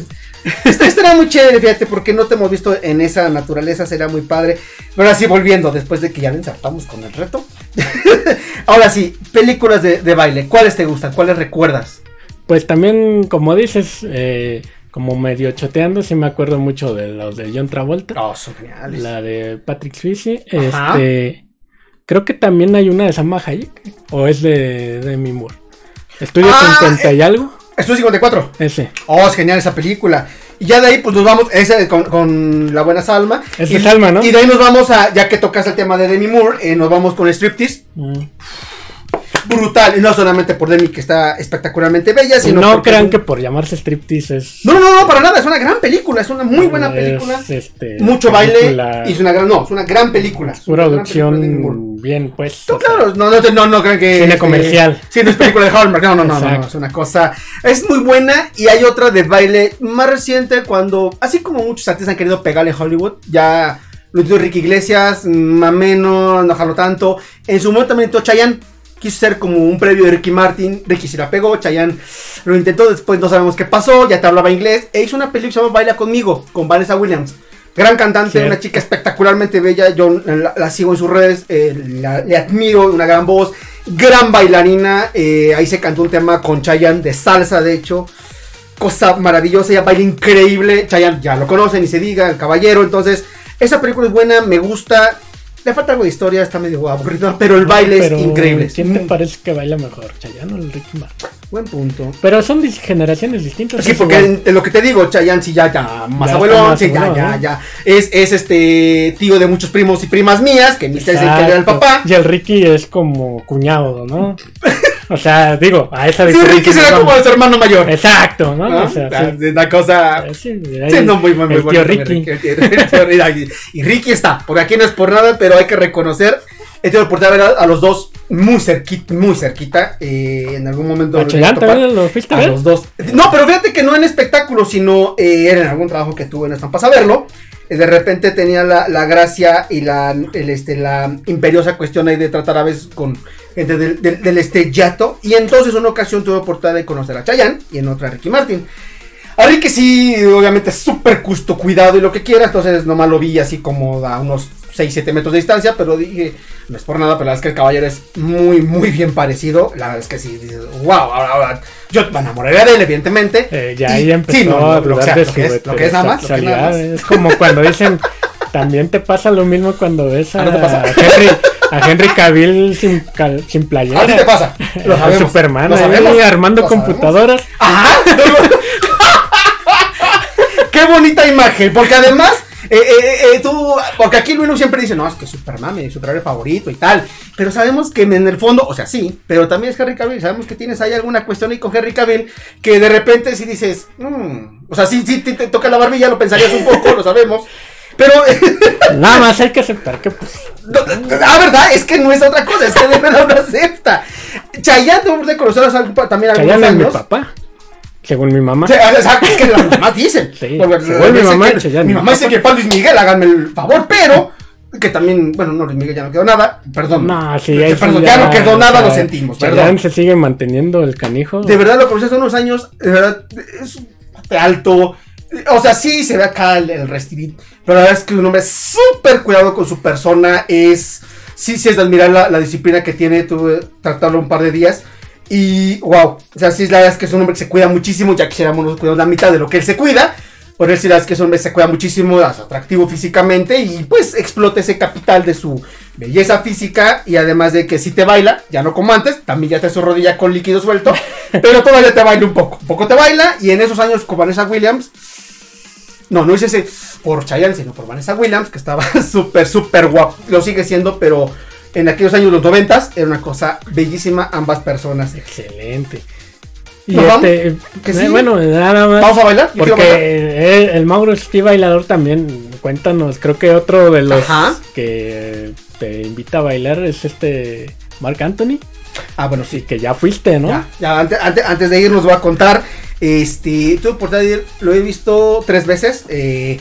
Speaker 2: Esto estará muy chévere, fíjate, porque no te hemos visto en esa naturaleza, será muy padre. Pero ahora sí, volviendo, después de que ya ensartamos con el reto. ahora sí, películas de, de baile, ¿cuáles te gustan? ¿Cuáles recuerdas?
Speaker 1: Pues también, como dices, eh, como medio choteando, sí me acuerdo mucho de los de John Travolta.
Speaker 2: Oh, son geniales.
Speaker 1: La de Patrick Swayze,
Speaker 2: Ajá.
Speaker 1: este, creo que también hay una de Sama Hayek, o es de, de Demi Moore. Estudio
Speaker 2: Ah,
Speaker 1: 50 y algo,
Speaker 2: Estudio 54.
Speaker 1: ese.
Speaker 2: Oh, es genial esa película. Y ya de ahí, pues nos vamos, esa con, con la buena Salma.
Speaker 1: Esa
Speaker 2: y,
Speaker 1: es Salma, ¿no?
Speaker 2: Y de ahí nos vamos a, ya que tocas el tema de Demi Moore, eh, nos vamos con Striptease.
Speaker 1: Mm.
Speaker 2: brutal. Y no solamente por Demi, que está espectacularmente bella, sino.
Speaker 1: Mm. no
Speaker 2: porque-
Speaker 1: crean que por llamarse striptease es...
Speaker 2: No, no, no, para nada. Es una gran película. Es una muy buena
Speaker 1: es,
Speaker 2: película.
Speaker 1: este,
Speaker 2: Mucho
Speaker 1: película,
Speaker 2: baile. Y es una gran. No, es una gran película. Es una gran película de Demi Moore.
Speaker 1: producción bien, pues.
Speaker 2: No,
Speaker 1: o sea,
Speaker 2: claro, no, no, te- no, no crean que.
Speaker 1: Cine
Speaker 2: este,
Speaker 1: comercial.
Speaker 2: Sí, no es película de Hallmark. No, no, no, no, no,
Speaker 1: Exacto.
Speaker 2: Es una cosa. Es muy buena. Y hay otra de baile más reciente cuando. Así como muchos artistas han querido pegarle a Hollywood, ya. Lo hizo Ricky Iglesias, Mameno, no jaló tanto. En su momento también intentó Chayanne. Quiso ser como un previo de Ricky Martin. Ricky se la pegó, Chayanne lo intentó. Después no sabemos qué pasó. Ya te hablaba inglés. E hizo una película que se llama Baila conmigo, con Vanessa Williams. Gran cantante,
Speaker 1: Cierto.
Speaker 2: una chica espectacularmente bella. Yo la, la sigo en sus redes, eh, la- le admiro, una gran voz, gran bailarina. eh, ahí se cantó un tema con Chayanne de salsa, de hecho. Cosa maravillosa, ella baila increíble. Chayanne ya lo conocen y se diga, el caballero. Entonces, esa película es buena, me gusta. Le falta algo de historia, está medio aburrida, pero el baile
Speaker 1: pero,
Speaker 2: es increíble.
Speaker 1: ¿Quién te
Speaker 2: Mm,
Speaker 1: parece que baila mejor, Chayanne o el Ricky Martin?
Speaker 2: Buen punto.
Speaker 1: Pero son dis- generaciones distintas.
Speaker 2: Sí,
Speaker 1: es
Speaker 2: porque
Speaker 1: igual.
Speaker 2: en- en lo que te digo, Chayanne sí ya, ya, más
Speaker 1: Ya
Speaker 2: abuelo,
Speaker 1: está más
Speaker 2: sí, ya,
Speaker 1: abuelo,
Speaker 2: ya,
Speaker 1: ¿no?
Speaker 2: ya. Es, es este tío de muchos primos y primas mías, que ni se dicen que era el
Speaker 1: Exacto.
Speaker 2: papá.
Speaker 1: Y el Ricky es como cuñado, ¿no? O sea, digo, a esa
Speaker 2: Sí, Ricky
Speaker 1: nos
Speaker 2: será
Speaker 1: vamos.
Speaker 2: como su hermano mayor.
Speaker 1: Exacto, ¿no?
Speaker 2: ¿no?
Speaker 1: O sea,
Speaker 2: Ah,
Speaker 1: sí.
Speaker 2: Es una cosa.
Speaker 1: Eh, sí,
Speaker 2: Sí,
Speaker 1: ahí
Speaker 2: no, muy, muy, muy
Speaker 1: el tío
Speaker 2: bueno también,
Speaker 1: Ricky.
Speaker 2: Ricky, el tío- el tío Ricky. Y Ricky está, porque aquí no es por nada, pero hay que reconocer. He tenido la oportunidad de ver a, a los dos muy cerquita, muy cerquita. eh, en algún momento.
Speaker 1: ¿A
Speaker 2: me
Speaker 1: Chayanne
Speaker 2: topar.
Speaker 1: también lo fuiste a
Speaker 2: A
Speaker 1: ver?
Speaker 2: los dos. Ah, No, pero fíjate que no en espectáculo, sino eh, era en algún trabajo que tuve en Estampa saberlo. eh, De repente tenía la, la gracia y la, el, este, la imperiosa cuestión ahí de tratar a veces con gente del, del, del estrellato. Y entonces en una ocasión tuve oportunidad de conocer a Chayanne y en otra a Ricky Martin. A Ricky sí, obviamente súper custo, cuidado y lo que quiera. Entonces nomás lo vi así como a unos 6-7 metros de distancia. Pero dije, no es por nada, pero la verdad es que el caballero es muy, muy bien parecido. La verdad es que sí, dices, wow, ahora, ahora, yo me enamoraré de él, evidentemente.
Speaker 1: Eh, ya
Speaker 2: Y-
Speaker 1: ahí empezó
Speaker 2: sí, no, no,
Speaker 1: a
Speaker 2: lo, o
Speaker 1: dudar
Speaker 2: sea,
Speaker 1: de su
Speaker 2: lo
Speaker 1: eh.
Speaker 2: que es, lo que es nada más. lo que es nada
Speaker 1: heterosexualidad.
Speaker 2: más.
Speaker 1: Es como cuando dicen, también te pasa lo mismo cuando ves a,
Speaker 2: Ah, ¿no te pasa?
Speaker 1: a Henry, a Henry Cavill sin, cal- sin playera.
Speaker 2: A ti Ah, te pasa, lo
Speaker 1: A
Speaker 2: sabemos.
Speaker 1: Superman
Speaker 2: lo
Speaker 1: ahí
Speaker 2: sabemos,
Speaker 1: armando
Speaker 2: lo sabemos.
Speaker 1: computadoras.
Speaker 2: Ajá. Qué bonita imagen, porque además eh, eh, eh, tú, porque aquí Luis siempre dice, no, es que Superman es su superhéroe favorito y tal, pero sabemos que en el fondo, o sea, sí, pero también es Henry Cavill, sabemos que tienes ahí alguna cuestión ahí con Henry Cavill que de repente si dices, "Mm", o sea, sí, sí, te, te toca la barbilla, lo pensarías un poco, lo sabemos, pero
Speaker 1: Nada más hay que aceptar que pues,
Speaker 2: No, no, La verdad es que no es otra cosa, es que de verdad lo acepta. Chayanne debemos de conocer hace algún pa- también algunos
Speaker 1: Chayanne es mi
Speaker 2: años.
Speaker 1: papá, según mi mamá.
Speaker 2: O sea, o sea, es que las mamás dicen.
Speaker 1: Sí,
Speaker 2: Porque
Speaker 1: según mi
Speaker 2: dice
Speaker 1: mamá,
Speaker 2: que-
Speaker 1: Chayanne.
Speaker 2: mi mamá dice que para Luis Miguel, háganme el favor, pero que también, bueno, no, Luis Miguel ya no quedó nada, perdón.
Speaker 1: No, sí, ahí sí
Speaker 2: perdón, ya, no quedó nada,
Speaker 1: o sea,
Speaker 2: lo sentimos,
Speaker 1: Chayanne
Speaker 2: perdón.
Speaker 1: se sigue manteniendo el canijo.
Speaker 2: De verdad lo conocí hace unos años, de verdad, es un cuate alto. O sea, sí se ve acá el, el restilín, pero la verdad es que es un hombre súper cuidado con su persona. Es. Sí, sí es de admirar la, la disciplina que tiene. Tuve que tratarlo un par de días. Y wow. O sea, sí, la verdad es que es un hombre que se cuida muchísimo. Ya quisiéramos nosotros cuidar la mitad de lo que él se cuida. Por decir, la verdad es que es un hombre que se cuida muchísimo, es atractivo físicamente y pues explota ese capital de su belleza física y además de que si te baila, ya no como antes, también ya te su rodilla con líquido suelto, pero todavía te baila un poco, un poco te baila y en esos años con Vanessa Williams No, no hice ese por Chayanne, sino por Vanessa Williams, que estaba súper, súper guapo. Lo sigue siendo, pero en aquellos años, los noventas, era una cosa bellísima ambas personas.
Speaker 1: Excelente. Y
Speaker 2: ¿Nos vamos?
Speaker 1: este,
Speaker 2: ¿Que
Speaker 1: eh,
Speaker 2: sí?
Speaker 1: bueno, nada más.
Speaker 2: ¿Vamos a bailar? Yo quiero
Speaker 1: Porque
Speaker 2: bailar.
Speaker 1: eh, el, Mauro Steve Bailador también, cuéntanos, creo que otro de los
Speaker 2: Ajá.
Speaker 1: que te invita a bailar es este Mark Anthony,
Speaker 2: Ah, bueno, sí.
Speaker 1: y que ya fuiste, ¿no?
Speaker 2: Ya, ya, antes, antes, antes de ir nos voy a contar. Este, tuve oportunidad de ir, lo he visto tres veces. eh,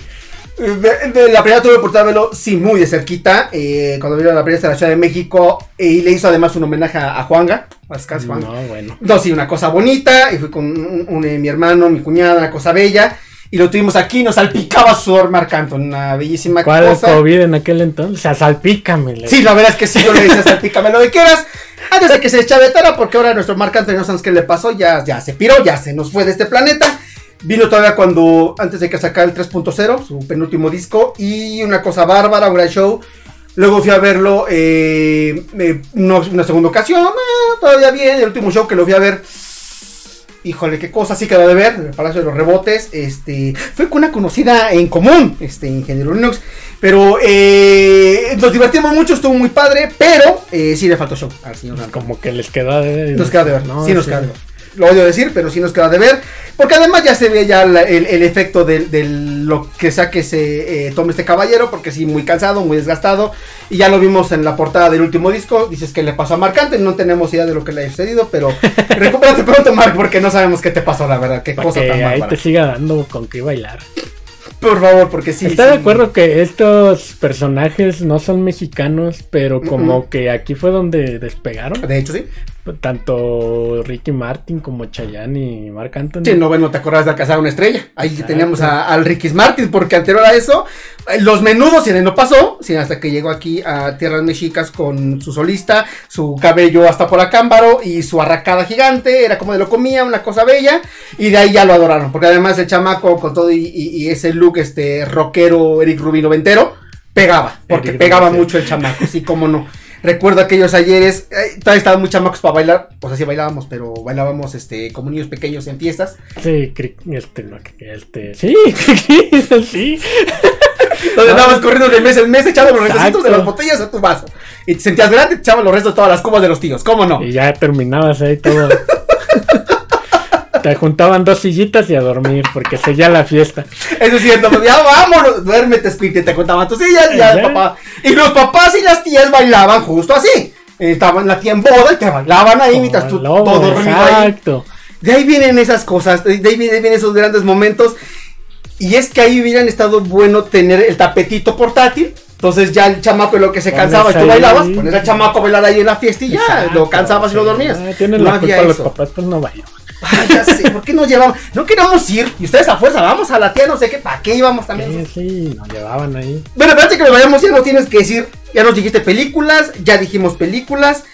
Speaker 2: de- de la primera tuve oportunidad de verlo, sí, muy de cerquita. eh, cuando vino la primera vez a la Ciudad de México. eh, y le hizo además un homenaje a, a Juanga. a Scar Juanga.
Speaker 1: No, bueno.
Speaker 2: No, sí, una cosa bonita. Y fui con un- un- eh, mi hermano, mi cuñada, una cosa bella. Y lo tuvimos aquí, nos salpicaba sudor marcando. Una bellísima
Speaker 1: ¿Cuál es
Speaker 2: cosa.
Speaker 1: COVID en aquel entonces? O sea, salpícame. le-
Speaker 2: Sí, la verdad es que sí, yo le decía, salpícame lo que quieras. Antes de que se chavetara, porque ahora nuestro Marc Anthony, no sabemos qué le pasó, ya, ya se piró, ya se nos fue de este planeta. Vino todavía cuando, antes de que sacara el 3.0, su penúltimo disco, y una cosa bárbara, un gran show. Luego fui a verlo eh, eh, no- una segunda ocasión, eh, todavía bien, el último show que lo fui a ver. Híjole, qué cosa sí quedó de ver, en el Palacio de los Rebotes, este, fue con una conocida en común, este, ingeniero Linux, pero eh, nos divertimos mucho, estuvo muy padre, pero eh, sí le faltó show al señor Antonio.
Speaker 1: Como que les queda de...
Speaker 2: Nos queda de ver,
Speaker 1: No,
Speaker 2: sí nos queda de ver. Lo odio decir, pero sí nos queda de ver. Porque además ya se ve ya la- el, el efecto de, lo que sea que se eh, tome este caballero, porque sí, muy cansado, muy desgastado. Y ya lo vimos en la portada del último disco. Dices que le pasó a Marcante, no tenemos idea de lo que le haya sucedido, pero recupérate pronto, Marc, porque no sabemos qué te pasó, la verdad. Qué
Speaker 1: Para
Speaker 2: cosa
Speaker 1: que
Speaker 2: tan
Speaker 1: ahí
Speaker 2: bárbara.
Speaker 1: te siga dando con qué bailar.
Speaker 2: Por favor, porque sí.
Speaker 1: ¿Estás
Speaker 2: sí.
Speaker 1: de acuerdo que estos personajes no son mexicanos, pero como
Speaker 2: Mm-mm.
Speaker 1: que aquí fue donde despegaron?
Speaker 2: De hecho, sí.
Speaker 1: Tanto Ricky Martin como Chayanne y Marc Anthony.
Speaker 2: Sí, no, bueno, te acordás de alcanzar una estrella. Ahí
Speaker 1: Exacto.
Speaker 2: teníamos a- al Ricky Martin, porque anterior a eso, eh, los menudos, si no pasó, sino hasta que llegó aquí a Tierras Mexicas con su solista, su cabello hasta por acámbaro y su arracada gigante, era como de lo comía, una cosa bella, y de ahí ya lo adoraron, porque además el chamaco con todo y, y- y ese look, este rockero Eric Rubino Ventero, pegaba, porque
Speaker 1: Eric
Speaker 2: pegaba
Speaker 1: Rubin, sí.
Speaker 2: mucho el chamaco, sí, cómo no. Recuerdo aquellos ayeres, eh, todavía estaban muy chamacos para bailar, pues así bailábamos, pero bailábamos este como niños pequeños en fiestas.
Speaker 1: Sí, cri- este, no, que- este, sí, sí.
Speaker 2: Donde
Speaker 1: Ah.
Speaker 2: andabas corriendo de mes en mes, echabas los
Speaker 1: Exacto.
Speaker 2: restecitos de las botellas a tu vaso. Y te sentías grande, te echabas los restos de todas las cubas de los tíos. ¿Cómo no?
Speaker 1: Y ya terminabas ahí todo. Te juntaban dos sillitas y a dormir, porque seguía la fiesta.
Speaker 2: Eso es cierto. pues, Ya vámonos, duérmete, Squid, te contaban tus sillas. Y, ya
Speaker 1: Ya.
Speaker 2: papá. y los papás y las tías bailaban justo así. Estaban la tía en boda y te bailaban ahí mientras tú
Speaker 1: Como lobo,
Speaker 2: todo dormido ahí.
Speaker 1: Exacto.
Speaker 2: De ahí vienen esas cosas, de ahí vienen, de ahí vienen esos grandes momentos. Y es que ahí hubieran estado bueno tener el tapetito portátil. Entonces ya el chamaco lo que se
Speaker 1: Pones
Speaker 2: cansaba y tú
Speaker 1: ahí.
Speaker 2: bailabas, pones al chamaco a bailar ahí en la fiesta y ya, lo
Speaker 1: Exacto,
Speaker 2: cansabas y lo
Speaker 1: sí.
Speaker 2: dormías.
Speaker 1: Ah, Tienen
Speaker 2: no
Speaker 1: la
Speaker 2: había
Speaker 1: culpa los
Speaker 2: eso.
Speaker 1: papás, pues no vayan.
Speaker 2: Ay, ya sé, ¿por qué no llevamos? No queríamos ir. Y ustedes a fuerza, vamos a la tía, no sé qué, ¿para qué íbamos también?
Speaker 1: Sí, sí, nos llevaban ahí.
Speaker 2: Bueno, espérate que nos vayamos, ya nos tienes que decir. Ya nos dijiste películas, ya dijimos películas.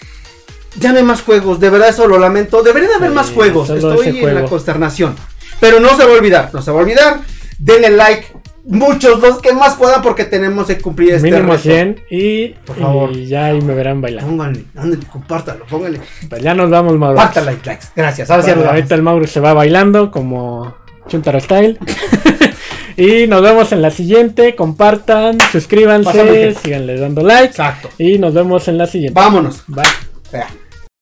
Speaker 2: Ya no hay más juegos, de verdad eso lo lamento. Debería de haber
Speaker 1: Sí,
Speaker 2: más juegos,
Speaker 1: solo
Speaker 2: estoy en
Speaker 1: ese juego.
Speaker 2: la consternación. Pero no se va a olvidar, no se va a olvidar. Denle like, muchos, los que más puedan, porque tenemos que cumplir este
Speaker 1: Mínimo
Speaker 2: reto.
Speaker 1: 100 y,
Speaker 2: Por favor.
Speaker 1: y ya ahí me verán bailar.
Speaker 2: Pónganle, ándale, compártalo, pónganle.
Speaker 1: Pues ya nos vamos, Mauro.
Speaker 2: Compártalo, like, likes. Gracias, ahora sí ya
Speaker 1: Bueno,
Speaker 2: nos vamos.
Speaker 1: ahorita el Mauro se va bailando como Chuntaro Style. y nos vemos en la siguiente. Compartan,
Speaker 2: Pásame el
Speaker 1: suscríbanse,
Speaker 2: jefe.
Speaker 1: síganle dando like.
Speaker 2: Exacto.
Speaker 1: Y nos vemos en la siguiente.
Speaker 2: Vámonos.
Speaker 1: Bye.
Speaker 2: Vea.